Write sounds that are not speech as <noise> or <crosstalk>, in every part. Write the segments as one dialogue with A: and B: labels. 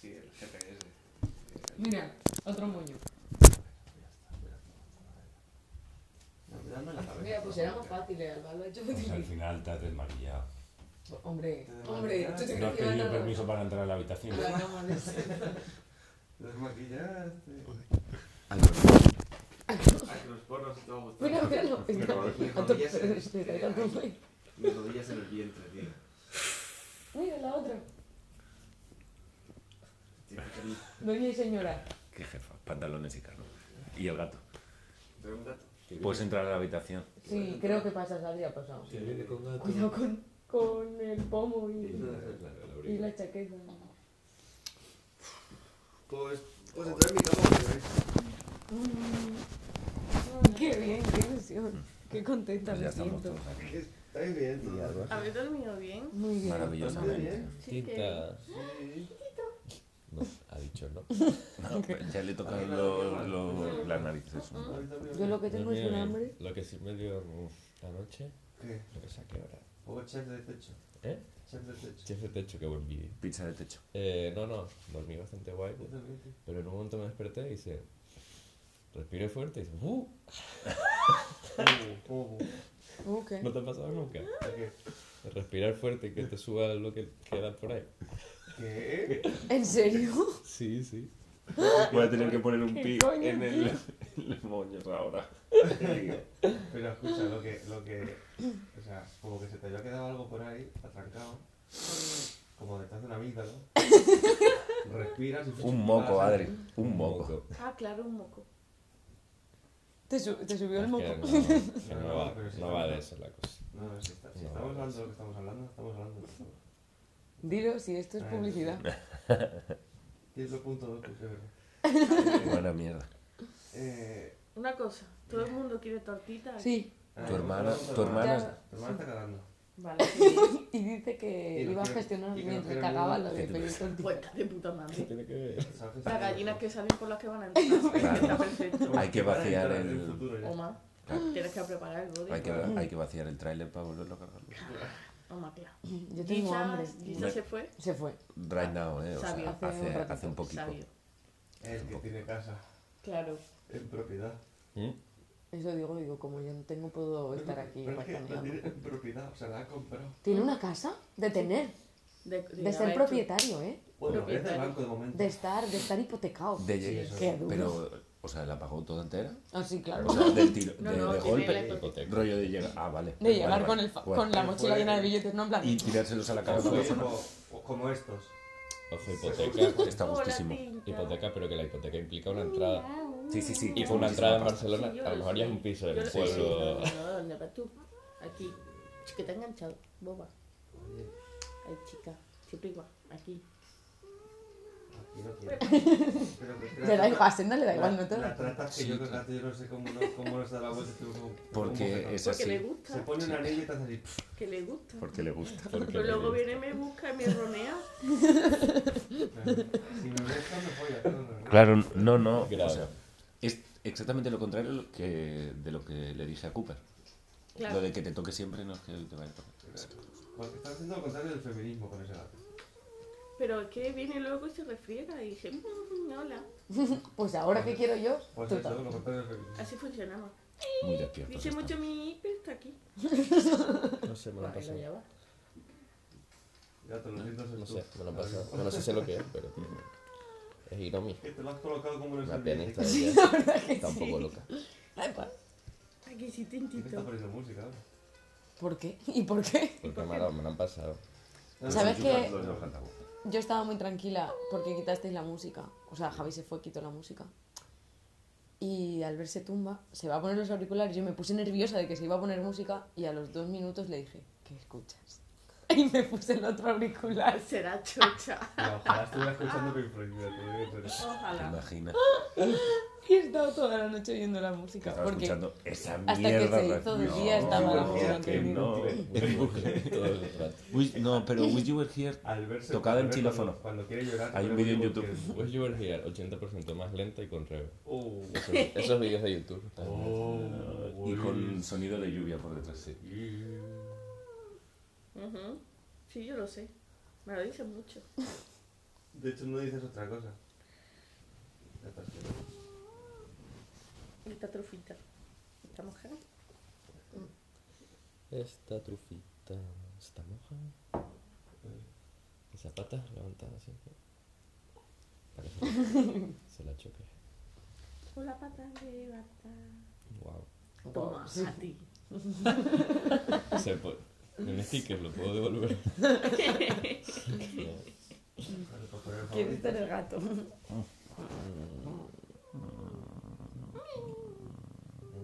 A: Sí, el GPS.
B: Mira, otro moño.
A: Dame la cabeza.
C: Mira, pues era más fácil, el Alba lo ha hecho muy
D: Pues al
C: difícil.
D: final te has desmaquillado.
C: Hombre,
A: Te
C: hombre,
A: demandarás.
C: yo te
D: No has
C: crees que iba a
D: pedido
C: dar
D: permiso para entrar a la habitación. <laughs>
C: a la cama de
B: <laughs>
C: ese.
A: Desmaquillaste. Ay, que los porros te va a gustar.
B: Mira, míralo, mira.
A: Pero-
B: A tu- este, espera, era tu moño.
A: Mis rodillas en el vientre, tío.
B: Mira la otra.
A: Tío, qué feliz.
B: Doña y señora.
D: Qué jefa, pantalones y carro. Y el gato.
A: Pero un gato.
D: Puedes entrar a la habitación.
B: Sí, creo que pasas, habría pasado.
E: Que viene con gato.
B: Cuidado con, con el pomo y, y la chaqueta.
A: Pues, pues entrar en mi cama otra vez.
B: Mm, qué bien, qué ilusión. Qué contenta
D: Pues ya
B: me
D: estamos
B: siento.
D: todos aquí.
A: Está bien, todo.
F: ¿Habéis dormido bien?
B: Muy bien.
D: Maravillosamente.
F: Sí, que...
A: Sí.
E: No, ha dicho
F: <laughs>
E: no.
D: No, pues ya le tocan lo- lo- las narices. ¿no?
B: Yo lo que tengo es un
D: eh.
E: Dormido bien.
B: hambre.
E: Lo que sí me dio mm, anoche,
A: ¿Qué?
E: lo que saqué ahora.
A: O chef de techo.
E: ¿Eh?
A: Chef de techo.
E: Chef de techo, qué buen vídeo.
D: Pizza de techo.
E: Eh, no, no, dormí bastante guay, pues.
A: Yo también, tío.
E: pero en un momento me desperté y hice... Respiré fuerte y hice... "Uh".
A: ¿Cómo?
B: Uh, ¿qué?
E: ¿No te ha pasado nunca?
A: ¿Qué?
E: Respirar fuerte y que te suba lo que queda por ahí.
A: ¿Qué?
B: ¿En serio?
E: Sí, sí.
D: Voy a tener que poner un
B: ¿Qué
D: pi
B: coño,
D: en <laughs> el,
B: tío?
D: en los moños ahora.
A: Pero escucha, lo que, lo que. O sea, como que se te había quedado algo por ahí, atrancado. Como detrás de una amígdala. Respiras y.
D: Un moco, Adri. Ah, Un moco.
E: Moco.
F: Ah, claro, un moco.
B: ¿Te, su- te subió el
E: Es que
B: moco?
E: no, que
F: <laughs>
A: No,
E: no
A: no,
E: va,
A: pero si
E: no
A: no,
E: va
A: no.
E: de eso la cosa.
A: No, no, si, está- si
E: No.
A: estamos hablando de lo que estamos hablando, estamos hablando de todo.
B: <laughs> Dilo si esto es
A: Ah,
B: publicidad.
A: 10.2, pues es verdad.
D: Buena mierda.
A: Eh,
F: Una cosa, todo el mundo quiere tortitas.
B: Sí.
A: ah,
D: Tu hermana-
A: no,
D: tu hermana-
A: Tu hermana está cagando.
C: Vale, sí.
B: <laughs> Y dice que
A: Y no
B: iba a
A: quiero-
B: gestionar
A: y que no
B: mientras
A: quiero
B: cagaba
A: ningún-
B: lo de
D: ¿Qué te
B: pedir
F: Puerta
B: tortitas.
F: de puta madre.
E: Tiene que ver.
A: ¿Sabes?
F: Las gallinas que salen por las que van a entrar.
D: Claro.
F: Está perfecto.
D: Hay que
A: Van a
D: vaciar
A: entrar en
D: el-
A: futuro ya.
F: Oma, tienes que preparar el body.
D: Hay que, hay que vaciar el tráiler para volverlo a cargar.
F: Oma, claro.
B: Yo tengo
F: Giza,
B: hambre.
F: Giza se fue.
B: Se fue.
D: Right now, ¿eh? O sea,
F: Sabio.
D: hace, hace un poquito.
F: Sabio.
A: El que tiene casa
F: Claro.
A: en propiedad.
E: ¿Mm?
B: Eso digo, digo, como yo no tengo, puedo estar aquí
A: Pero es que la
B: balconeando.
A: tiene en propiedad, o sea, la ha comprado.
B: Tiene una casa de tener,
F: De,
B: de ser
F: haber
B: propietario, ¿eh?
A: Bueno, es del
F: Propietario.
A: banco de momento.
B: De este estar, de estar hipotecado.
D: De
B: Qué duro.
D: Pero, o sea, ¿la pagó toda entera?
B: Ah, sí, claro.
D: O sea, del tiro,
F: No,
D: de,
F: no,
D: de
F: tiene la
D: golpe.
F: hipoteca.
D: Rollo de llegar. Ah, vale.
B: De llegar
D: Vale,
B: con,
D: vale.
B: el fa-
D: Bueno,
B: con la
A: Bueno,
B: mochila
A: fue-
B: llena de billetes, no en plan.
D: Y tirárselos a la cara.
A: Ojo, como, como estos.
E: Ojo, hipoteca.
D: Está
F: Hola,
D: gustísimo.
F: tinta.
E: Hipoteca, pero que la hipoteca implica una entrada.
D: Sí, sí, sí.
E: Y
D: es
E: con
D: muchísima
E: una entrada en
D: pasta.
E: Barcelona,
F: Sí, yo
E: a lo
F: lo
E: mejor ya es
F: sé.
E: un piso
F: Yo
E: del
F: lo sé, sí,
E: pueblo.
F: no, no, no, ¿Dónde vas tú? Aquí. Es que te ha enganchado, boba. Ay, chica. Siempre igual. Aquí.
A: Aquí no quiero. Pero que es que la
B: <laughs> Le da
A: trata-
B: igual, a Senda le da igual, no te
A: La tratas que yo, que la- yo no sé cómo no, cómo no se da la vuelta. tú como- como-
D: Porque es
F: Porque le
D: así.
A: Se
F: gusta.
A: pone un anillo y te hace así.
F: Que le gusta.
D: Porque le gusta.
E: Porque
F: Pero luego
E: me-
F: viene y me busca y me ronea.
A: Si me dejas, me voy a hacer
D: Claro, no, no. O
E: Grave.
D: sea, es exactamente lo contrario que de lo que le dije a Cooper.
F: Claro.
D: Lo de que te toque siempre no es que te vaya a tocar.
A: Porque estás haciendo lo contrario del feminismo con ese gato.
F: Pero es que viene luego y se refriega y dice, "Mm, hola.
B: <laughs> Pues ahora que quiero yo,
A: Pues es todo
B: total.
A: lo contrario del feminismo.
F: Así funcionamos.
D: Muy despierto.
F: Dice mucho mi hiper está aquí.
E: No sé, me lo
F: Bueno,
E: pasó.
F: ya
B: <laughs>
F: va.
A: Gato, lo siento, soy
E: No
A: tú.
E: sé, me lo pasó. No, no sé si sé lo que es, pero. Es Hiromi,
A: Que te lo has colocado como en el
E: una
A: servicio.
E: pianista de jazz. Está un
B: sí.
E: poco loca.
B: Ay, pa-
F: Aquí sí,
A: ¿Quién te
F: <laughs>
A: está
F: tintito.
A: poniendo música? ahora?
B: ¿Por qué? <laughs> ¿Y por qué?
E: Porque me lo, me lo
D: <laughs>
E: han pasado.
A: No,
B: ¿Sabes
A: no,
B: qué?
D: Pues
A: no, no, no.
B: Yo estaba muy tranquila porque quitasteis la música. O sea, Javi se fue, quitó la música. Y al verse tumba, se va a poner los auriculares. Yo me puse nerviosa de que se iba a poner música y a los dos minutos le dije, ¿qué escuchas? <laughs> Y me puse el otro auricular. <laughs>
F: Será chocha.
A: No, Ojalá estuviera escuchando Pink Floyd, mira, te lo digo en serio.
F: Ojalá.
D: Imagina.
B: Ah. Y he estado toda la noche oyendo la música.
D: Estaba
B: Porque
D: escuchando esa mierda.
B: hasta que se hizo de
D: no,
B: día estaba la
D: no,
B: música
D: que no.
E: Todo el rato.
D: Wish- no, pero Wish You Were Here.
A: Al verse-
D: Tocada en
A: al ver cuando-
D: xilófono.
A: Cuando quiere llorar.
D: Hay
A: te
D: un
A: lo
D: vídeo en
A: digo
D: YouTube.
A: porque-
E: Wish You Were Here, 80% más lenta y con reverb.
A: Oh,
E: Eso- Esos vídeos de YouTube. también.
A: oh,
D: Y
A: uy.
D: con sonido de lluvia por detrás, sí.
F: Ujú. Sí, yo lo sé. Me lo dice mucho.
A: Yo De hecho, no dices otra cosa. Ya está, sí.
F: Esta trufita. Está mojada.
E: Esta trufita está moja. Esa pata levantada siempre. Para que se la choque.
F: Con la pata levantada.
E: Wow.
F: Toma, a ti.
E: Se po- en stickers lo puedo devolver.
A: Vale, pues poner
B: Quiero
A: favorito.
B: estar el gato.
A: ¿En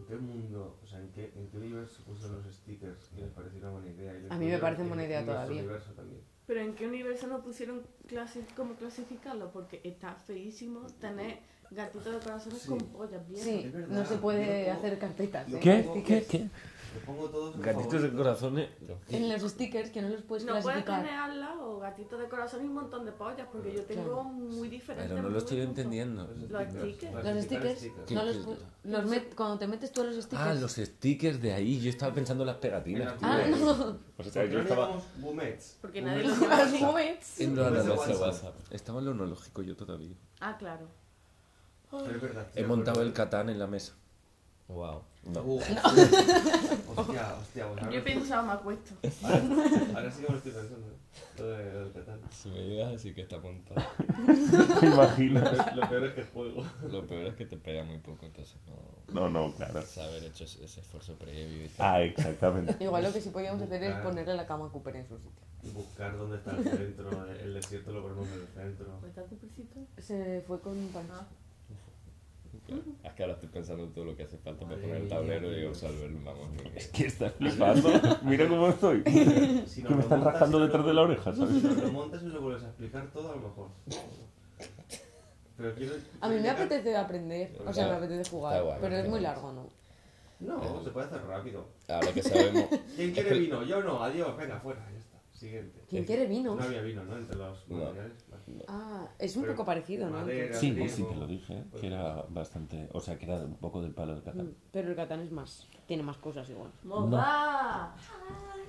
A: qué mundo, o sea, en qué, en qué universo pusieron los stickers y les pareció una buena idea? Y les
B: A mí me
A: pusieron
B: parece
A: en
B: buena idea
A: nuestro
B: todavía.
A: universo también.
G: Pero ¿en qué universo no pusieron clasi- cómo clasificarlo? Porque está feísimo tener gatitos de corazones
A: Sí.
G: con pollas bien.
B: Sí,
A: Es verdad,
B: no se puede
A: yo-
B: hacer carpetas. ¿eh?
D: ¿Qué? ¿Qué?
B: Stickers.
D: ¿Qué?
A: Le pongo todos en
D: Gatitos de ¿eh?
A: favorito.
D: corazones.
B: En los stickers que no los puedes
G: No puedes
B: pues, clasificar.
G: tener al lado gatitos de corazón y un montón de pollas, porque yo tengo
B: Claro.
G: muy diferente.
D: Pero no lo
G: muy
D: estoy
G: junto.
D: entendiendo.
G: Los stickers.
B: Los stickers,
D: ¿Qué-
B: no los,
D: qué-
B: pu- los met- cuando te metes tú a los stickers.
D: Ah, los stickers de ahí. Yo estaba pensando en las
A: Mira,
D: pegatinas.
A: tú
D: tío.
B: Ah,
A: ves.
B: <laughs> no.
D: O sea,
A: ¿Por qué
D: yo
A: no
D: estaba
A: llamamos Boomets?
F: Porque nadie
A: Boomets.
F: los
B: Los moments.
D: en lo
A: Boomets de
D: analógico.
E: de
A: WhatsApp.
E: WhatsApp.
D: Estaba en lo analógico yo todavía.
G: Ah, claro.
A: Pero es verdad,
D: He
A: tío,
D: montado
A: pero-
D: el Catán en la mesa.
E: Wow.
D: No.
A: Uh, hostia, hostia, hostia, pues
G: Yo
A: ahora,
G: he pensado, me acuesto.
A: ahora, ahora sí que me lo estoy pensando, ¿eh? Lo de- lo del Catán.
E: Si me llegas a decir que está montado.
D: <laughs> ¿Te imaginas?
A: Lo peor es que juego.
E: Lo peor es que te pega muy poco, entonces no.
D: No, no, claro.
E: Saber hecho ese ese esfuerzo previo y tal.
D: Ah,
B: <laughs>
D: exactamente.
B: Igual lo que sí podíamos hacer es
A: Buscar.
B: ponerle la cama a Cooper en su sitio.
A: Buscar dónde está el centro, el desierto lo ponemos en el centro.
F: ¿Estás de principio?
B: Se fue con Pancho.
E: Claro. Es que ahora estoy pensando en todo lo que hace falta para
A: Madre
E: poner el
A: mía,
E: tablero y
A: tío.
E: digo, Salver, vamos.
D: <laughs>
E: ni-
D: ¿Qué estás flipando? Mira cómo estoy.
A: Si
D: Que
A: nos
D: me
A: lo
D: están
A: montas
D: rascando
A: y
D: detrás
A: lo-
D: de la oreja, ¿sabes?
A: Si
B: <laughs>
A: nos lo montas y lo vuelves a explicar todo, a lo mejor. Pero quiero.
B: A mí me
A: quiero llegar-
B: apetece aprender, o sea, me apetece
E: Está
B: jugar,
E: guay,
B: pero es
E: está
B: muy
E: guay.
B: largo, ¿no?
A: No, se puede hacer rápido.
E: Ahora que sabemos.
A: ¿Quién quiere vino? Yo no, adiós, venga, fuera, ya está. Siguiente.
B: ¿Quién quiere vino?
A: No había vino, ¿no? Entre los
E: No.
A: materiales. Vale.
B: Ah, es un
A: Pero
B: poco parecido, ¿no?
A: madera.
D: <laughs> Sí, sí, te lo dije, ¿eh? que era bastante. O sea, que era un poco del palo del
B: Mm,
D: Catán.
B: Pero el Catán es más, tiene más cosas igual.
G: ¡Moda!
A: Ya-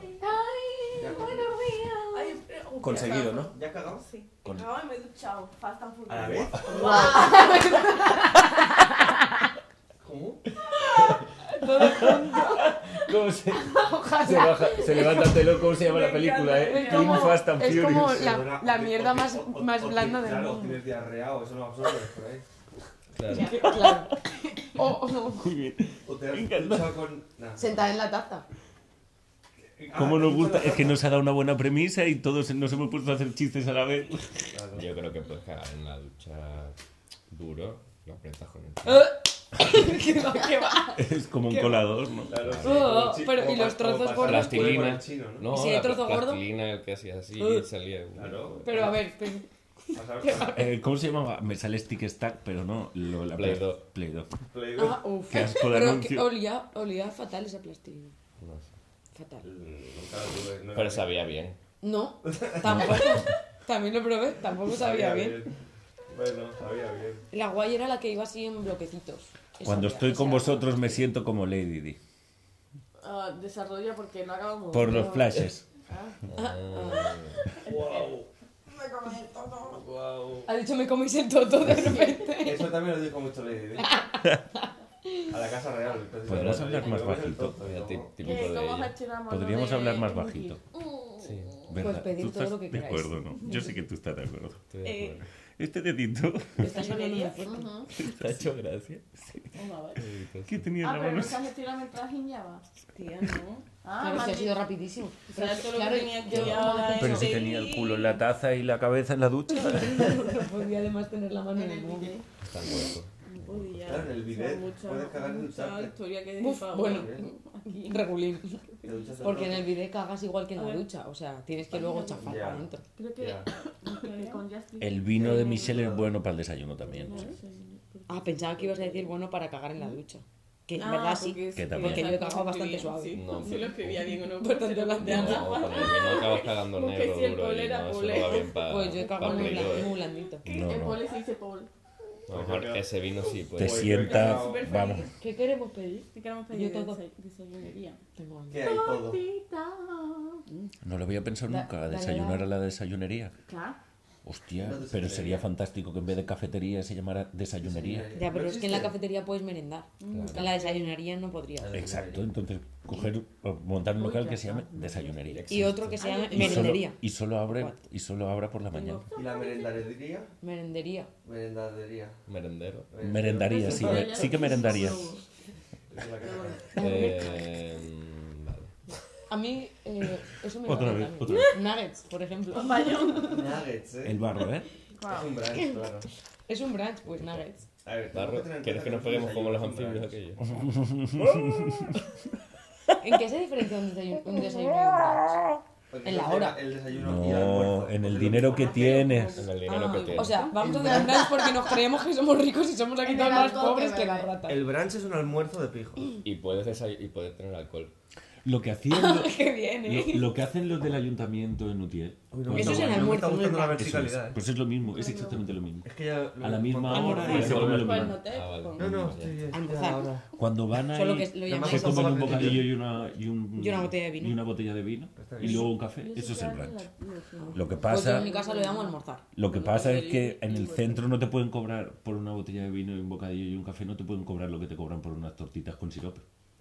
G: Ay, eh, pero- uy,
D: Conseguido,
G: ya
D: ¿no?
G: está.
A: ¿Ya has cagado?
G: Sí.
D: Con-
G: Acabo y me he duchado. Fast and
A: ¿A la
G: Furious.
A: vez?
B: <laughs>
G: ¡Guau!
A: ¿Cómo?
D: <laughs> ¿Cómo se, se baja, se levanta el telón? ¿Cómo se llama
G: Me
D: la película,
G: encanta,
D: eh?
G: me
D: Team
G: encanta.
D: Fast and
B: es como
D: Furious.
B: la, la mierda más, más blanda del
A: claro, Claro,
B: mundo.
A: tienes diarreado, eso no absorbes por ahí.
E: Claro.
B: <laughs> Claro. O, o-
D: Muy bien.
A: O te has duchado con. nada.
B: sentada en la <laughs> taza.
A: Ah,
D: ¿Cómo
A: te
D: nos
A: has
D: gusta?
A: duchado
D: Es que nos ha dado una buena premisa y todos nos hemos puesto a hacer chistes a la vez. <laughs>
A: con- Claro.
E: Yo creo que puedes cagar en la ducha duro, lo aprietas con el
B: Ah. ¿Qué va? qué va?
D: Es como un colador, ¿no?
A: Claro, sí,
B: Oh,
A: como chi-
B: pero-
A: como
B: y los
A: pa- como
B: trozos
A: pasar
B: gordos.
A: las cuevas
E: Plastilina.
A: chino, ¿no?
E: No,
B: ¿Y si hay
E: la
B: trozo gordo?
E: plastilina el que hacía así
B: Uh.
E: y salía. un-
A: Claro.
B: Pero a ver, <laughs> pero- ah.
A: Pasar-
D: Eh, ¿Cómo se llamaba? Me sale Stick Stack, pero no. Lo, la
E: Play Doh.
D: Play Doh.
A: Play
B: ah, uf.
D: Qué asco de
B: Pero que
D: anuncio.
B: olía, olía fatal esa plastilina.
E: No sé.
B: Fatal.
A: Nunca lo tuve, no
E: Pero
A: lo-
E: sabía bien.
D: <laughs>
B: No, tampoco. También lo probé, tampoco sabía bien.
A: Bueno, sabía bien.
B: La guay era la que iba así en bloquecitos. Esa
D: Cuando
B: era,
D: estoy
B: esa
D: con
B: era.
D: vosotros me siento como Lady Di.
G: Ah, desarrolla porque no acabamos.
D: Por los <laughs> flashes.
A: ¡Wow! ¡Wow!
B: Ha dicho me coméis el toto de repente.
D: <laughs>
A: Eso también lo dijo mucho Lady Di. A la Casa Real. entonces,
D: Podemos
A: era-
D: hablar más
A: era el
D: bajito.
A: tonto,
E: Era
A: ¿no?
E: tí- típico
G: ¿Qué?
E: de
G: ¿Cómo
E: ella.
G: gestionamos lo
D: Podríamos
G: de-
D: hablar más bajito.
E: Sí,
D: ¿verdad?
B: Pues pedir
D: Tú
B: todo
D: estás
B: lo que
D: De
B: queráis.
D: acuerdo, ¿no? Yo sé que tú estás de acuerdo.
E: estoy de acuerdo.
D: Este dedito
B: Está sonando muy fuerte.
E: ¿Te ha hecho gracia?
F: Una vez.
D: que tenía
G: Ah,
D: en la
G: pero no
D: mano.
G: se ha gestionado mientras guiñaba.
F: Tía, no.
G: Ah,
B: Claro, si ha
G: Mati-
B: sido rapidísimo.
F: ¿Sabes todo lo
B: Claro,
F: que tenía que
B: yo-
F: llevar?
D: Pero si tenía el culo en la taza y la cabeza en la ducha.
B: No podía además tener la mano en el móvil.
E: Está
B: <laughs>
E: muerto.
F: No podía.
A: Claro, en el bidet
F: Mucha-
A: puedes cagar y
F: mucha
A: ducharte.
F: historia que
B: Uf,
F: disparo.
B: bueno,
F: Aquí.
B: regulín.
A: Te duchas al
B: Porque en
A: tonto.
B: el bidet cagas igual que en la ducha. O sea, tienes que luego chafar
A: Ya.
B: para adentro.
G: Creo que,
A: Ya.
G: que con Justin.
D: El vino de Michelle es bueno para el desayuno también. ¿sí?
B: Ah, pensaba que ibas a decir bueno para cagar en la ducha. Que en
F: Ah,
B: verdad sí.
F: porque sí,
D: Que también.
F: o sea,
B: Porque yo cagaba
F: escribía,
B: bastante suave.
F: sí.
E: No,
F: Sí lo escribía bien o
G: <laughs>
F: no.
B: Por tanto,
F: pero
B: la-
F: de
E: No,
F: antes.
E: con el vino acabas cagando
F: Porque
E: negro
F: si el
E: duro
F: pole
E: y
F: era
E: no, eso
F: pole.
E: no va bien para
B: Pues yo cago en el blan-
D: eh.
B: muy blandito.
D: No,
G: el
D: no.
G: poli se dice Paul.
E: eh. A lo mejor ese vino
D: Te
E: sí, pues.
A: Uy,
D: sienta.
A: yo he
F: cagado.
D: Vamos.
B: ¿Qué queremos pedir?
F: Sí, que éramos
B: Yo
F: pedidos
B: todo.
F: de desay- desayunería.
B: Tengo hambre.
A: ¿Qué hay todo?
G: Tita.
D: No lo había pensado
B: Da-
D: nunca.
B: dale,
D: Desayunar
B: dale.
D: a la desayunería.
G: Claro.
D: Hostia,
A: Una desayunería.
D: pero sería fantástico que en vez de cafetería se llamara desayunería.
A: Desayunería.
B: Ya, pero
A: ¿No
B: es que en la
A: existe?
B: cafetería puedes merendar.
E: Claro.
B: En la desayunaría no podría.
A: Desayunería.
D: Exacto, entonces coger, o montar un
F: Uy,
D: local
F: ya
D: que se llame
F: está.
D: desayunería.
B: Y otro que se llame
D: Y solo,
B: merendería.
D: y solo abre
B: What?
D: y solo abra por la mañana.
A: ¿Y la merendadería?
B: Merendería.
A: Merendadería.
B: <laughs>
E: Merendero.
D: Merendaría, sí, me- sí que merendaría.
A: Esa es la caja.
E: Eh, vale.
B: A mí eh, eso me
D: Otra
B: encanta
D: vez,
B: también.
D: otra vez.
B: Nuggets, por ejemplo.
A: Nuggets, ¿eh?
D: El barro, ¿eh?
A: Es un brunch, claro.
B: Es un brunch, pues nuggets.
A: A ver, tenemos
E: Barro,
A: tener en
E: ¿quieres
A: cuenta
E: que nos
A: es un
E: peguemos como los
A: desayuno,
E: anfibios
A: es un
E: aquellos?
B: ¿En qué se diferencia un desayuno, un desayuno y un brunch?
A: brunch.
B: En la hora.
A: El desayuno y el almuerzo.
D: No, en el
A: Porque
D: dinero
A: lo-
D: que tienes.
E: En el dinero que
B: Ah,
E: tienes.
B: o sea, vamos a hacer un brunch porque nos creemos que somos ricos y somos aquí
C: En
B: todos
C: el
B: más
C: alcohol
B: pobres
C: que
B: que las
C: bebe.
B: ratas.
A: El brunch es un almuerzo de pijo.
E: y, puedes desay- y puedes tener alcohol.
D: Lo que hacían
B: <laughs>
D: lo-
B: <laughs> Qué bien, ¿eh?
D: lo, lo que hacen los del ayuntamiento en Utiel.
B: me Eso
A: gusta-
B: es el
A: No me
B: almuerzo,
A: está
B: no
A: gustando
B: el
A: la
B: brunch.
D: Eso es,
A: verticalidad. ¿eh?
D: pues es lo mismo, es exactamente lo mismo.
A: Es que ya lo-
D: A la misma
A: cuando-
D: hora
B: y
A: Almuerzo.
B: se
D: vuelve lo
F: Pues
D: mismo.
F: no te
E: Ah, vale.
A: No, no, estoy bien.
B: Almorzar.
A: Ya, ahora.
D: Cuando van ahí,
B: Solo que lo
A: Nada más
B: llamáis
D: se comen un
A: almorzar.
D: bocadillo y una, y, un-
B: Y una botella de vino.
D: y una botella de vino,
A: Está
D: y
A: bien.
D: luego un café. Eso es el brunch. Lo que
B: Pues yo
D: pasa,
B: en mi casa lo llamo almorzar.
D: lo que
F: Yo
D: pasa es
F: prefiero
D: que
F: ir-
D: en el
B: pues
F: ir por-
D: centro no te pueden cobrar por una botella de vino y un bocadillo y un café, no te pueden cobrar lo que te cobran por unas tortitas con sirope.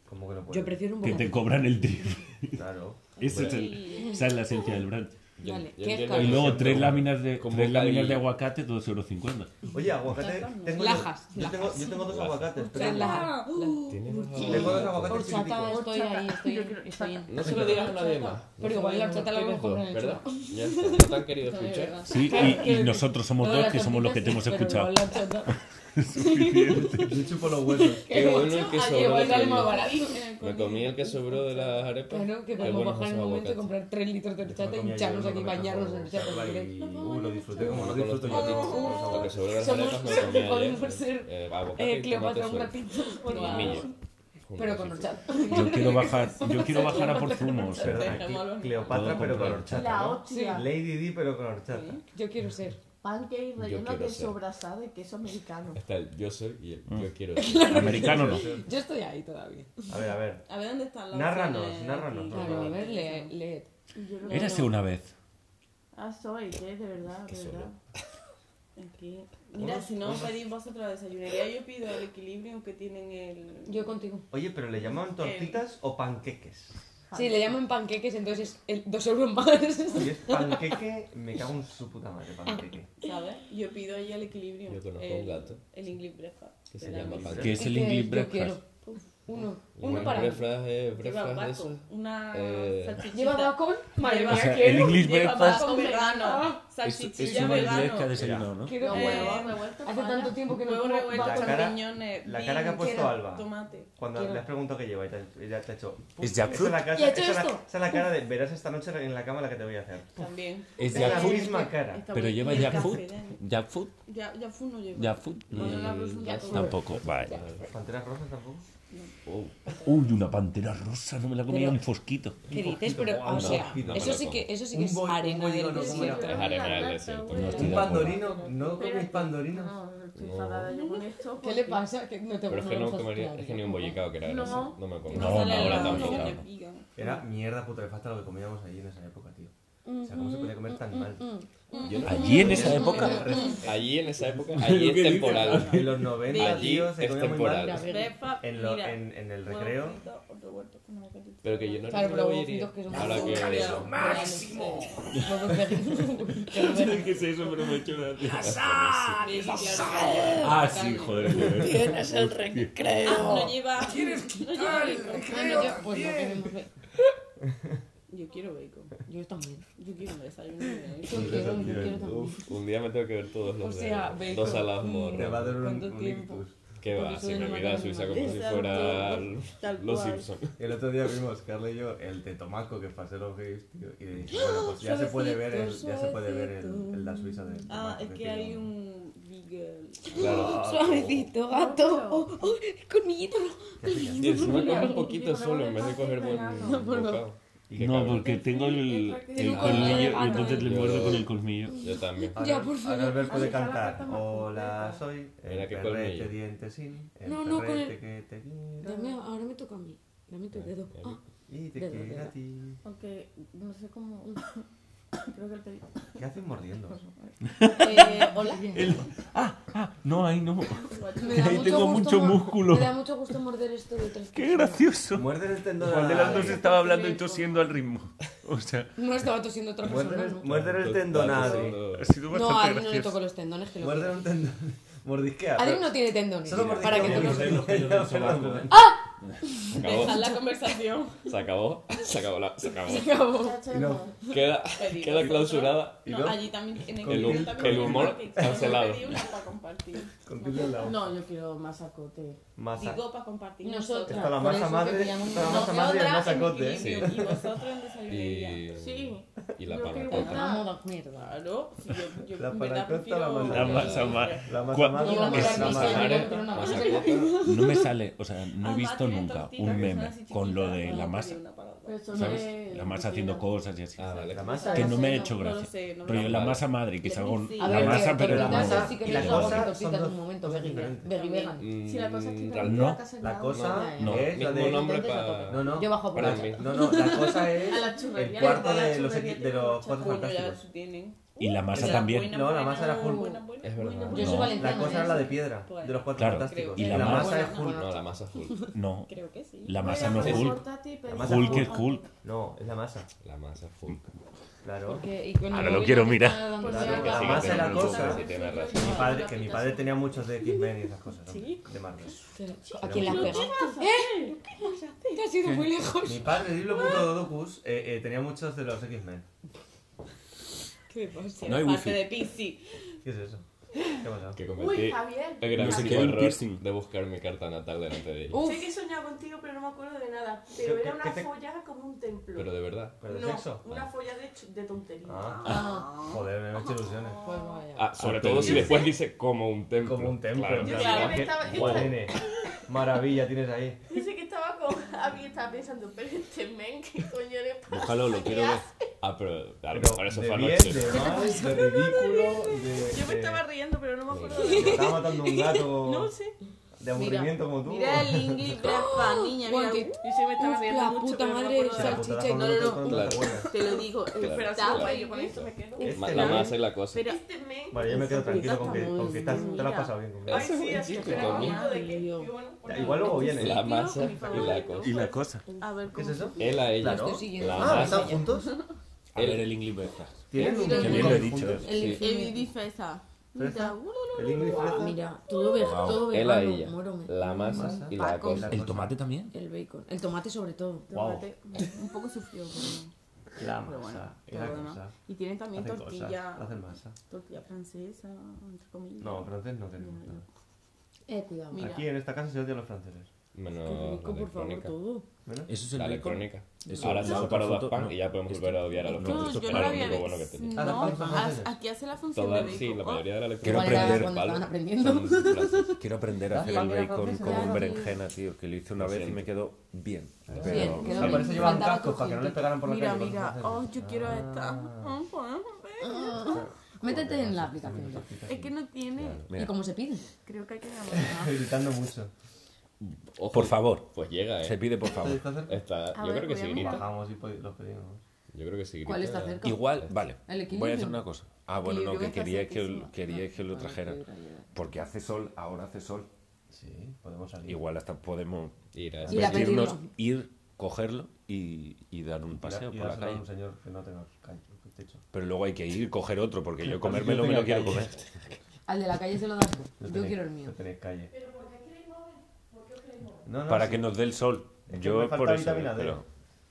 A: Como que no puedo.
B: Yo prefiero un
D: Que te
B: bocadillo.
D: cobran el triple.
A: Claro.
D: Ese es el- <laughs> esa es la esencia del brunch.
E: Yo-
B: Vale,
E: yo
B: ¿qué es
E: entiendo
B: caro?
D: Y
E: que
D: luego
E: siempre
D: tres
E: un-
D: láminas de,
E: con
D: tres láminas de
E: bocadillo.
D: aguacate, 2,50 euros.
A: Oye, aguacate. Tengo
B: Lajas,
A: Yo, yo tengo, yo tengo dos
E: Lajas.
A: aguacates.
B: O sea,
A: pero-
B: la- la-
E: ¿Tienes
A: Tengo dos
E: aguacate?
A: aguacates
B: Horchata,
A: chiquiticos.
B: estoy ahí, estoy, estoy en.
E: No se lo digas a nadie más. No
B: Pero
E: se
B: igual la
E: digas a
B: horchata la
E: nadie
B: voy a
E: más.
B: comprar en el
E: ¿Verdad?
B: chino.
E: Ya está, no te han
B: <laughs>
E: querido escuchar.
D: Sí, y, y nosotros somos
B: Todas
D: dos
B: las
D: que somos los que te hemos
B: tortitas,
D: escuchado.
B: pero igual la horchata-
A: <laughs> Yo chupo los huesos.
E: Qué bueno el que
B: Ah,
E: sobró
B: Igual
E: del
B: sale más
E: otro día.
B: barato.
E: Me comí el que sobró de las arepas.
B: Claro, que
E: Qué
B: podemos
E: buenos
B: bajar en
E: esos
B: un momento y
E: aguacates.
B: comprar 3 litros de horchata y hincharnos aquí, bañarnos en horchata. porque-
A: Uy, lo disfruté como no
E: Como los
A: disfruto yo.
E: tomatitos. Lo que sobró de las
B: Somos-
E: arepas me lo comí ayer.
B: podemos ser,
E: Eh, aguacate
B: Eh,
E: y
B: Cleopatra,
E: tomate
B: un
E: suelto.
B: ratito. por
E: Y
B: favor.
E: millo.
B: Pero
E: Juntos
B: con
E: y
B: horchata.
D: Yo
B: <laughs>
D: quiero bajar, yo quiero bajar a por zumos.
A: Pero
D: eh.
A: aquí, Cleopatra,
D: Puedo
A: pero con
D: comprar.
A: horchata.
G: La
A: ¿no?
G: hostia.
A: Lady Di, pero con horchata.
B: Yo quiero ser.
G: Pancake relleno
E: quiero
G: de
E: ser.
G: sobrasada de queso americano.
E: Está el yo soy y el yo quiero.
D: Americano no.
B: Yo estoy ahí todavía.
A: A ver, a ver.
C: A ver dónde están las
A: Nárranos,
C: opciones
A: nárranos,
C: aquí.
A: por
B: Claro, a ver, le- leed.
G: Y yo lo-
D: Érase una vez.
G: Ah, soy, que de verdad,
E: Qué
G: de
E: solo.
G: verdad. Aquí.
C: Mira, si no
A: Unos-
C: pedís vosotros desayunaría, yo pido el equilibrio que tienen el...
B: Yo contigo.
A: Oye, pero le llaman tortitas o panqueques.
B: Si le llaman panqueques, entonces es el- dos euros más.
A: Si es panqueque, me cago en su puta madre, panqueque.
C: ¿Sabes? Yo pido ahí el equilibrio.
E: Yo conozco
C: el,
E: un gato.
C: El English breakfast.
E: Que se
C: Pero
E: llama
C: a mí-
E: Pancake.
D: Que es el
B: que
D: English
B: yo
D: breakfast.
B: quiero. Uno.
E: Bueno,
B: Uno para mí.
E: brefras, eh, brefras
C: Lleva
E: de
C: paco,
E: esos.
C: una
E: Eh,
C: salchichita.
B: Lleva bacon. Madre
C: Lleva-
D: O sea,
B: mía,
D: el
B: quiero.
D: English
C: Lleva
D: breakfast
C: bacon vegano.
D: es, es
C: Salchichilla
D: un inglés que ha
C: vegano.
D: desayunado, ¿no?
B: Quiero
C: No,
B: que-
C: huevo revuelto.
B: Hace tanto tiempo que no
C: Huevo
B: como
C: revuelto,
A: La
B: bacon.
A: cara-
C: champiñones,
A: la cara que ha
C: bean,
A: puesto
C: queso,
A: Alba.
C: Tomate.
A: Cuando
B: Quiero.
A: le has preguntado qué lleva y te, ella te ha hecho. "Pum".
D: ¿Es jackfruit?
A: Esa es la cara-
B: ¿Y ha hecho
A: esa es la-
B: esto?
A: esa es la cara de verás esta noche en la cama la que te voy a hacer.
C: También.
E: Eh.
D: Es
A: Es la
D: jackfruit,
A: misma cara.
D: pero lleva
C: ya
D: jackfruit. Jackfruit,
C: Ya, ya fue no lleva.
D: jackfruit.
C: Bueno, la rosa
E: Mm,
C: ya-
D: Tampoco, vale.
A: ¿Panteras rojas tampoco?
E: Oh,
D: Uy, una pantera rosa, no me la comía
B: Pero-
D: ni fosquito.
B: ¿Qué dices? Pero,
A: guau,
B: o sea,
A: mojito,
B: eso
E: mala
B: sí que,
E: cosa.
B: eso sí que
A: Un
B: es
A: boy- un
B: arena
A: boy-
B: del
A: no, ¿cómo era?
B: desierto.
E: es arena del desierto.
D: pues No estoy
A: ¿Un
D: de acuerdo.
A: pandorino? ¿No coméis pandorinos?
G: No, estoy enfadada yo con esto.
B: ¿Qué le pasa? Que no te
E: Pero es que
B: lo
E: no
B: estás
E: comería, es que ni un
B: claro.
E: bollicao que era
G: No.
E: grasa. No me acuerdo.
D: No,
C: sale
D: no,
C: el
E: ahora
D: no,
C: lado,
E: tampoco.
D: no.
C: le pican.
A: Era mierda putrefacta lo que comíamos ahí en esa época, tío. O sea, ¿cómo se podía comer
C: Mm,
A: tan mal?
E: Yo no-
D: Allí en esa época.
E: Allí en esa época, allí
D: Lo que
E: es
A: <laughs>
D: dice.
A: En
E: temporal.
A: los 90,
E: Allí
A: tío, se
E: es
A: comía muy
E: temporal.
A: mal.
C: Breakfast,
A: En, lo-
C: mira,
A: en, en el
C: huevo
A: recreo.
C: frito, revuelto con aguacatito.
E: Pero que yo no
B: Claro, pero
E: recuerdo
B: huevos
E: bollería.
B: fritos que son
E: Ahora que...
B: máximo. Pero
D: ¿Qué es eso? Pero me he hecho
E: Ah,
C: Sí, claro,
D: Ah, sí, joder.
F: Tienes el recreo.
C: No lleva. no lleva bacon.
B: yo, pues no queremos ver.
C: Yo quiero bacon.
B: Yo también.
C: Yo quiero un desayuno de
B: <laughs> Yo
C: bacon.
B: quiero, yo quiero también.
E: Uf, un día me tengo que ver todos los
B: O sea,
E: de-
B: bacon.
E: dos salados
B: Mm.
E: morros.
A: Te va a dar un,
B: ¿Cuánto
A: un
B: tiempo?
A: ictus.
E: ¿Qué
B: Porque
E: va?
B: soy
E: Se me
B: una
E: olvida
B: máquina
E: Suiza
B: de
E: como si
C: matar.
E: fuera
C: Tal
E: Los
C: cual.
E: Simpsons.
A: El otro día vimos, Carla y yo, el de Tomaco que pasé los gays, tío, y le dije, bueno, pues ya se puede ver el, ya se puede ver el, el- la Suiza de
C: Ah,
A: Tomaco
C: es que
A: tiene
C: hay un
D: <laughs>
C: Beagle. <laughs>
E: Claro.
B: Suavecito, gato. Oh, oh, conillito.
A: ¿Qué hacías?
E: Y encima coge un poquito solo en vez de coger buen
B: por favor.
E: bocado. Qué
D: No,
E: cabrón.
D: porque tengo el, el colmillo y
G: ah,
D: entonces le muerdo con el colmillo.
E: Yo también.
A: Ahora-
B: Ya, por favor.
A: Ahora Albert puede
G: Así está la
A: cantar.
G: carta más
A: Hola,
G: completa.
A: soy el
E: Mira qué
A: perrete
E: colmillo.
A: dientesín, el
B: No, no, con
A: perrete
B: el-
A: que te quiero
B: Dame, ahora me toca a mí. Dame tu dedo. Ah,
A: y te
B: Dedo,
A: quiere
B: dedo.
A: a ti.
G: Aunque no sé cómo. <coughs> Creo que el pedido.
A: ¿Qué hacen mordiendo?
B: Eh, hola.
D: El- Ah, ah, no, ahí no.
B: Me da
D: Ahí
B: mucho
D: tengo
B: gusto
D: mucho
B: mor-
D: músculo.
B: Me da mucho gusto morder esto de otras
D: <laughs> Qué
B: personas.
D: gracioso.
A: Muerden el tendón.
D: Juan de las dos
A: Adri.
D: estaba hablando y tosiendo al ritmo. O sea,
B: No estaba tosiendo otra
A: Muerden
B: persona,
A: el-
B: ¿no?
A: muerden el tendón, a Adri.
D: ha sido
B: No, a
D: bastante
B: Adri no le
D: gracioso.
B: toco los tendones, que lo
A: Muerden
B: quiero.
A: un tendón. Mordisquea.
B: Adri no tiene tendones.
A: Solo mordisquea.
B: Para que tú
A: Perdón,
B: no...
E: los pelos del sobaco,
A: perdón.
E: Se
B: Deja
E: acabó.
B: la conversación.
E: Se acabó. Se acabó. La, se acabó.
B: Se acabó.
F: Chacho,
A: Y no.
E: Queda,
C: Pedido.
E: queda clausurada.
A: ¿Y
C: No,
A: no?
C: allí también en el,
A: El
C: club
A: hum-
C: también
A: el
C: hay
E: humor
C: una pizza. Yo
E: cancelado.
C: pedí una para compartir.
A: Con tilde al
F: no.
A: lado.
F: No, yo quiero masacote.
A: Masa.
C: Digo para compartir.
B: Nosotras.
A: Está la
B: Por
A: masa
B: eso que
A: madre.
B: pillamos
A: Está la
B: una-
A: masa ¿eh? madre y el masacote.
C: Sí.
E: Sí.
C: Y vosotros en desayuno. Y...
D: Eh,
E: Y,
G: Sí.
E: y la
G: Yo creo que
E: parracota.
B: Vamos a mierda.
C: Claro, sí, yo, yo
A: La
C: en verdad
A: panacota,
C: prefiero...
A: la masa-
D: La masa madre.
A: La masa
D: Cua-
A: madre.
B: Yo
A: la
B: me
A: masa
B: la
A: madre.
B: quiso,
E: madre,
B: yo compré una masa.
E: masacota.
D: No me sale, o sea, no he
C: Además,
D: visto
C: tienen
D: nunca
C: tortitas
D: un
C: que son
D: meme
C: así
D: con lo de
C: chiquititas,
D: la
C: no,
D: masa.
C: una para otra.
F: Pero eso no
D: ¿Sabes?
F: es-
D: La masa haciendo cosas y así.
E: Ah, vale.
A: La masa
D: Que
A: es-
D: no me ha hecho
C: No lo
D: gracia.
C: sé, no me
D: Pero yo
C: acuerdo.
D: la masa madre, que es algo.
C: Sí.
B: A
D: La
B: ver,
D: masa,
B: que
D: pero la
B: tortitas
D: masa.
B: sí que
A: y
B: me
A: la
B: gusta
A: cosa
B: hacer tortitas
A: son
B: en un momento,
A: dos-
B: veggie,
A: diferentes.
B: veggie vegan.
G: Si la cosa es que
E: Mm,
G: te
D: no.
G: casa en
A: La
G: la
A: cosa
D: No,
A: es la
E: Mismo
A: de.
E: nombre
F: Entonces,
E: para.
B: no.
A: No, no.
B: Yo bajo por
E: para
B: allá.
E: mí.
A: No, no, la cosa
G: <laughs>
A: es
G: A la churrería
A: el
G: le
A: cuarto
G: gusta la
A: de los,
G: churrería
A: equi-
G: que
A: de los
G: escucha.
A: cuatro
C: Coño, ya
A: fantásticos.
C: eso tienen.
D: Y la masa
C: Era
D: también.
C: buena,
A: No, la
C: buena,
A: masa era full.
C: buena, buena.
E: Es verdad.
B: Yo soy
D: No.
A: La
B: valenciana.
A: cosa
B: ¿eh?
A: era la de piedra, de los cuatro
D: Claro.
A: fantásticos.
D: Y
A: Y
D: la
A: la,
D: masa-
A: masa es
B: Bueno,
A: Hulk.
E: No, la masa full.
D: No.
C: Creo que sí.
D: La masa no
A: Sí,
D: es
A: sí.
D: Hulk.
A: La masa
D: Hulk es Hulk.
A: No, es la masa,
E: La masa full.
A: claro.
B: Porque- y con el
D: Ahora lo
B: móvil
D: quiero
B: no te
D: mirar.
B: está dando
G: Claro,
B: nada.
A: que la masa es la cosa.
E: Sí, tienes razón.
A: Mi padre, que mi padre tenía muchos de X-Men y esas cosas también, de Marvel.
B: ¿A quién la has pegado? ¿Eh? Te has ido muy lejos.
A: Mi padre, Diblo.dodocus, eh, eh, tenía muchos de los X-Men.
B: ¿Qué pasa?
D: No hay
C: Parte
D: wifi.
C: de Pixie.
A: ¿Qué es eso? ¿Qué ha pasado?
E: Que
G: Uy,
E: cometí
G: Javier.
E: el
D: No sé qué,
E: gravísimo
D: un
E: error
D: piercing.
E: de buscar mi carta natal delante de ella.
B: Uf,
G: Sé que he soñado contigo, pero no me acuerdo de nada. Pero
A: ¿Qué-
G: era
A: qué-
G: una
A: qué te-
G: folla como un templo.
E: Pero de verdad.
A: ¿Pero de
G: no,
A: sexo?
G: una folla de, ch- de tontería.
A: Ah.
B: ah,
A: Joder, me he hecho ilusiones.
B: pues vaya.
E: Ah, sobre
D: Ah,
E: todo
D: pero-
E: si después dice como un templo.
A: Como un templo.
E: Claro,
A: en
G: Yo
A: plan,
G: claro.
A: ¿qué-
G: estaba- yo
A: Guau,
G: estaba-
A: nene, Maravilla tienes ahí.
G: Yo sé que estaba con Abby estaba pensando, pero este men, ¿qué coño le pasa?
E: Búscalo, lo quiero ver. Ah, pero a lo
A: Pero
E: mejor eso
A: de
E: fue
A: bien,
E: anoche.
A: de mal, de ridículo, de...
G: Yo me
A: de-
G: estaba riendo, pero no me acuerdo
A: Me
G: de
A: estaba matando un gato
G: <laughs> No sé.
A: de aburrimiento como tú.
C: Mira
A: <laughs>
C: el English Breakfast, niña.
B: Juan,
C: Mira,
B: que-
C: yo sí me estaba
B: Uf,
C: riendo
B: la
C: mucho,
B: puta
C: pero no me
B: madre,
C: acuerdo de
A: Se la
C: nada.
B: sal-
A: putada
B: salchicha y-
A: con
B: no,
A: los
B: no,
A: otros
B: no,
A: tontos, ¿te
E: claro.
A: acuerdas?
G: Te lo digo. eh,
E: Claro.
G: Pero así
F: Claro.
G: guay, yo con eso me quedo.
E: Ma-
A: Este
E: La
A: men-
E: masa y la cosa.
C: Pero
G: Este men.
A: Vale, yo me quedo tranquilo con que,
B: Está
A: con que estás- te lo has
G: mira.
A: pasado bien. con que-
G: Ay,
E: Eso
G: sí,
E: es
G: así
E: chico,
G: que era
E: coño.
G: bonito de que.
B: Dios.
G: y bueno,
A: Ya, Igual luego viene.
E: La
A: ¿eh?
E: masa
G: mi
E: y la cosa.
D: Y la cosa.
G: A ver
A: ¿Qué
G: cómo.
A: es eso?
E: Él a ella.
A: Claro.
E: La
A: Ah,
E: masa.
A: ¿están juntos?
D: A ver el English
A: pues.
D: breakfast.
A: Tienen un
B: Qué
D: bien lo he
A: un-
D: dicho.
A: juntos.
B: El
E: Sí.
C: Evi
B: infinito.
C: dice esa.
A: Fresa, El inglés
B: Ah,
A: fresa.
B: Mira, todo ve- todo
E: Él a
B: vegano,
E: ella.
B: muérome.
E: La masa y la
B: Paco.
E: cosa.
D: ¿El tomate también?
B: El bacon, el tomate sobre todo.
C: Tomate. Un poco sufrido, pero,
A: La
C: pero bueno.
A: masa. Y
C: pero
A: la
C: bueno.
A: cosa.
C: Y tienen también
A: Hacen
C: tortilla,
A: cosas. Hacen masa.
C: tortilla francesa, entre comillas.
A: No, francés no tenemos nada.
B: Eh, cuidado.
C: Mira.
A: Aquí en esta casa se odian los franceses.
E: Menos
B: Qué
E: la
B: rico, por favor,
E: electrónica.
B: todo.
A: ¿Bueno?
D: Eso es el
E: La
D: bacon.
E: electrónica.
D: Eso,
E: Ahora
D: la
E: se ha
D: otra
E: superado
D: foto,
E: Daft Punk
D: no.
E: y ya podemos volver a odiar a los
D: No,
C: No,
E: franceses.
C: yo
E: Era
C: no la
E: lo
C: había
E: único bueno que
C: visto.
E: tenía.
A: Ah,
C: No,
A: las papas
C: a-
A: franceses.
C: aquí hace la función
E: Toda,
C: de
E: sí, la
C: bacon.
E: mayoría de la
D: Quiero
E: electrónica.
B: ¿Cuál era
D: aprender,
B: cuando
E: Palo.
B: estaban aprendiendo?
E: Son franceses.
D: Quiero aprender a hacer el bacon con berenjena, tío, que lo hice una vez y me quedó bien. Pero
B: quedó
A: Ah, por
B: bien.
A: eso llevan
B: Faltaba
A: cascos, para que no les pegaran por la
C: Mira,
A: calle. por
C: mira,
A: los
C: oh,
A: franceses.
C: yo quiero
A: Ah.
C: esta.
B: Ah, Métete en la
A: Está muy
B: aplicación. ya.
A: tortita
C: Es que
A: aquí.
C: no tiene,
B: ¿Y
D: mira,
B: cómo se pide?
C: creo que hay que
A: <laughs>
C: llamarla.
A: Estoy gritando mucho.
E: Ojo,
D: por favor,
E: Pues llega,
D: se
E: eh.
D: pide por favor.
A: ¿Está cerca?
E: Está,
C: A
E: yo
C: ver,
E: creo que
C: voy a
E: sí
C: mirar.
E: grita.
A: Bajamos y pod- los pedimos.
E: Yo creo que sí grita.
B: ¿Cuál está cerca?
D: Igual, vale.
B: El equilibrio.
D: Voy a hacer una cosa. Ah, bueno,
C: yo
D: no,
C: creo
D: que
C: que está
D: quería que,
C: cerquísima.
D: quería que lo
B: Ah,
D: trajeran.
B: qué barbaridad.
D: Porque hace sol, ahora hace sol.
A: Sí, podemos salir.
D: Igual hasta podemos
E: Ir a-
B: Ir a pedirlo.
D: vestirnos, ir, cogerlo y, y dar un paseo
A: Y
D: por la
A: dárselo a
D: calle.
A: un señor que no tenga calle- techo.
D: Pero luego hay que ir, coger otro, porque yo
A: Tal vez
D: comérmelo
A: yo
D: me lo
A: tenga
D: quiero comer.
A: calle.
B: Al de la calle se lo das tú.
A: No
B: Yo
A: tenéis-
B: quiero el mío. <laughs>
A: No tenéis calle. No, no,
D: Para
A: sí.
D: que nos dé el sol.
A: Es que me
D: Yo
A: falta
D: por eso.
A: vitamina D.
D: Pero,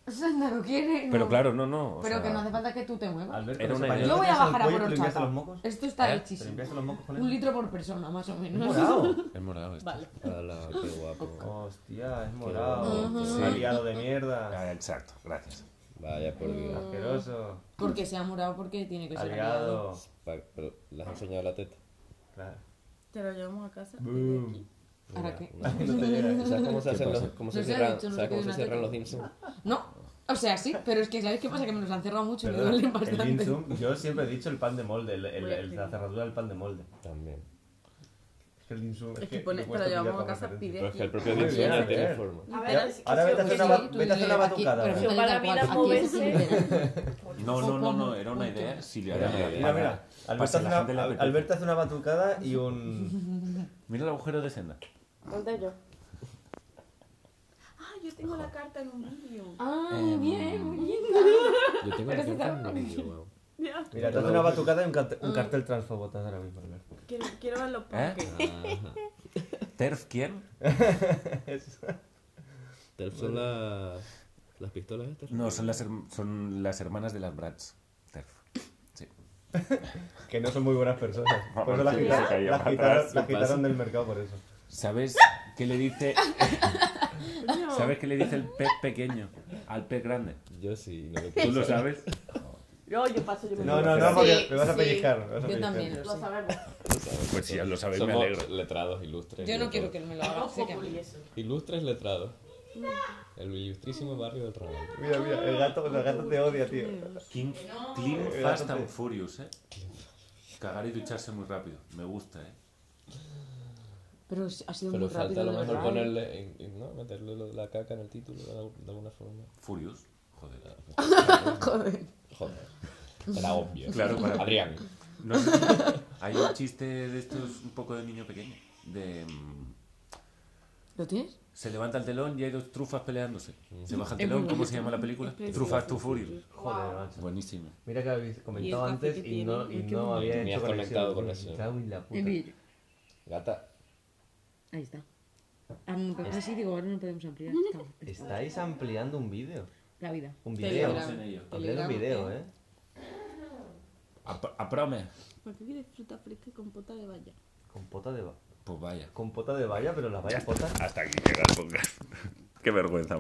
B: Sandra lo quiere. no.
D: pero claro, no, no. o
B: Pero
D: sea,
B: que no hace falta que tú te muevas.
A: Alberto,
D: Era
A: ese
D: una
A: pañuelo
B: Yo
A: que
B: voy a
A: tienes en el
B: bajar a
A: cuello,
B: por
A: ¿te limpiaste
B: horchata.
A: los mocos?
B: Esto está
D: ¿Eh?
A: ¿Te
B: hechísimo.
A: limpiaste los mocos con él?
B: Un litro por persona, más o
A: Es
B: menos.
A: morado.
B: <laughs>
D: Es morado esto.
E: Hola, qué guapo.
A: Hostia, es morado.
E: bonito.
A: Un
E: Sí.
A: aliado de mierda.
D: Ah, Exacto, gracias.
E: Vaya por Dios.
A: Asqueroso.
B: Porque se ha morado, porque tiene que ser aliado.
A: Aliado.
E: Pa- pero, ¿Le has enseñado la teta?
A: Claro.
C: Te lo llevamos a casa.
A: Boom.
B: ¿Ahora qué?
A: No te llega.
E: ¿Sabes cómo se hacen los,
D: pasa?
E: cómo
B: No
E: se
B: se ha
E: cierran,
B: dicho, no se
E: ¿sabes
B: queda
E: cómo se
B: una
E: cierran
B: teta.
E: los Simpsons?
B: No, o sea, sí, pero es que ¿sabéis qué pasa? Que me los han cerrado mucho y me
A: Perdona,
B: duelen
A: el dim
B: bastante.
A: sum, yo siempre he dicho el pan de molde, el- el-
C: Voy a
A: el- la cerradura del pan de molde.
E: También.
A: que el insu...
B: Es que pone-
A: le cuesta
B: pero
A: pillar
B: llevamos
A: la
B: a casa,
A: referencia.
E: Pero es que el propio
A: Muy
E: diccionario
A: bien,
E: tiene
A: eh.
E: forma.
C: A
A: Ya,
C: ver, es
A: ahora
C: que sí,
A: vete a hacer
C: porque
A: una
C: sí.
A: ba- vete a hacer una batucada.
B: Aquí,
A: venga.
C: pero-
B: pregúntale
C: Para
B: tal
C: mí
B: cual,
C: la
B: aquí es
C: moverse-
B: diferente.
D: No, no, no, no, era una
B: Punto.
D: idea
A: Mira,
D: siciliana.
A: mira, mira.
D: Para
A: Alberto
D: que
A: hace,
D: la
A: una,
D: gente le apetezca.
A: Alberto hace una batucada y <laughs> un...
D: Mira el agujero de senda.
F: ¿Dónde yo?
C: Ah, yo tengo la carta en un vídeo.
B: Ay, bien, muy bien.
E: Yo tengo la
B: Pero se
E: carta en
B: sabe.
E: un vídeo, guau.
G: Ya.
A: Mira, te hace una batucada y un cartel,
B: Mm.
A: un cartel transfobotas ahora mismo, <laughs> Alberto.
G: Quiero, quiero verlo
D: ¿Eh?
G: porque.
D: ¿Terf quién?
E: Terf son las... las pistolas estas.
D: No, son las, herm- son las hermanas de las Bratz. Terf. Sí.
A: Que no son muy buenas <laughs> personas. Por eso las,
D: Sí,
A: quita-
D: se caía
A: las
D: para
A: quitaron,
D: atrás,
A: las
D: ¿qué
A: quitaron
D: pasa?
A: del mercado por eso.
D: ¿Sabes qué le <laughs> dice,
G: Coño,
D: ¿sabes qué le dice el pez pequeño al pez grande?
E: Yo sí, no lo
D: ¿Tú
E: puedo
D: lo
E: saber.
D: sabes?
F: Yo, yo paso, yo me
A: No,
D: Sí,
A: no, no, porque
F: sí,
A: me vas a
F: sí.
A: pellizcar. me vas a
B: <laughs> Yo
A: pellizcar.
B: también lo
F: Lo
B: sé.
F: sabemos.
D: Pues si ya lo sabéis, me
E: Somos
D: alegro.
E: letrados, ilustres.
B: Yo
E: y
B: no
E: de
B: quiero
E: todo.
B: que él me lo haga. sé que a mí.
E: Ilustres letrados. El ilustrísimo barrio del Raval.
A: Mira, mira, el gato, el gato te odia, tío.
D: King, clean, fast and furious, ¿eh? Cagar y ducharse muy rápido. Me gusta, ¿eh?
B: Pero ha sido muy
E: Pero falta
B: rápido,
E: a lo
B: de
E: mejor
B: verdad.
E: ponerle, en- en- ¿no? Meterle lo- la caca en el título de, al- de alguna forma.
D: Furious. Joder.
B: Joder.
E: Joder. Era obvio.
D: Claro, para-
E: Adrián.
D: No sé si- Hay un chiste de estos un poco de niño pequeño. De... mm,
B: ¿Lo tienes?
D: Se levanta el telón y hay dos trufas peleándose. Se baja el
B: Es
D: telón,
B: muy
D: ¿cómo
B: bonito.
D: se llama la película?
G: precioso.
D: Trufas to Furious.
A: Joder, macho.
D: Buenísimo.
A: Mira que habéis comentado
C: Y el
A: antes
C: café que
A: y no,
C: tiene,
A: y
C: y qué
A: no
C: bonito.
A: había
E: Me has
A: hecho
E: conectado
A: conexión.
E: con eso.
A: Me cago en la puta.
B: Emir.
E: Gata.
B: Ahí está. Ah, no, pero así digo, ahora no podemos ampliar. Estamos-
A: Estáis ampliando un vídeo.
B: La vida.
A: Un video.
D: Estamos en ello.
A: Ampliando un video, eh.
D: Apr- Aprome.
G: ¿Por qué quieres fruta fresca y compota de valla?
A: Con pota de va-
D: Pues vaya.
A: con pota de valla, pero las vallas potas.
D: Hasta aquí llega el podcast. <laughs> Qué vergüenza.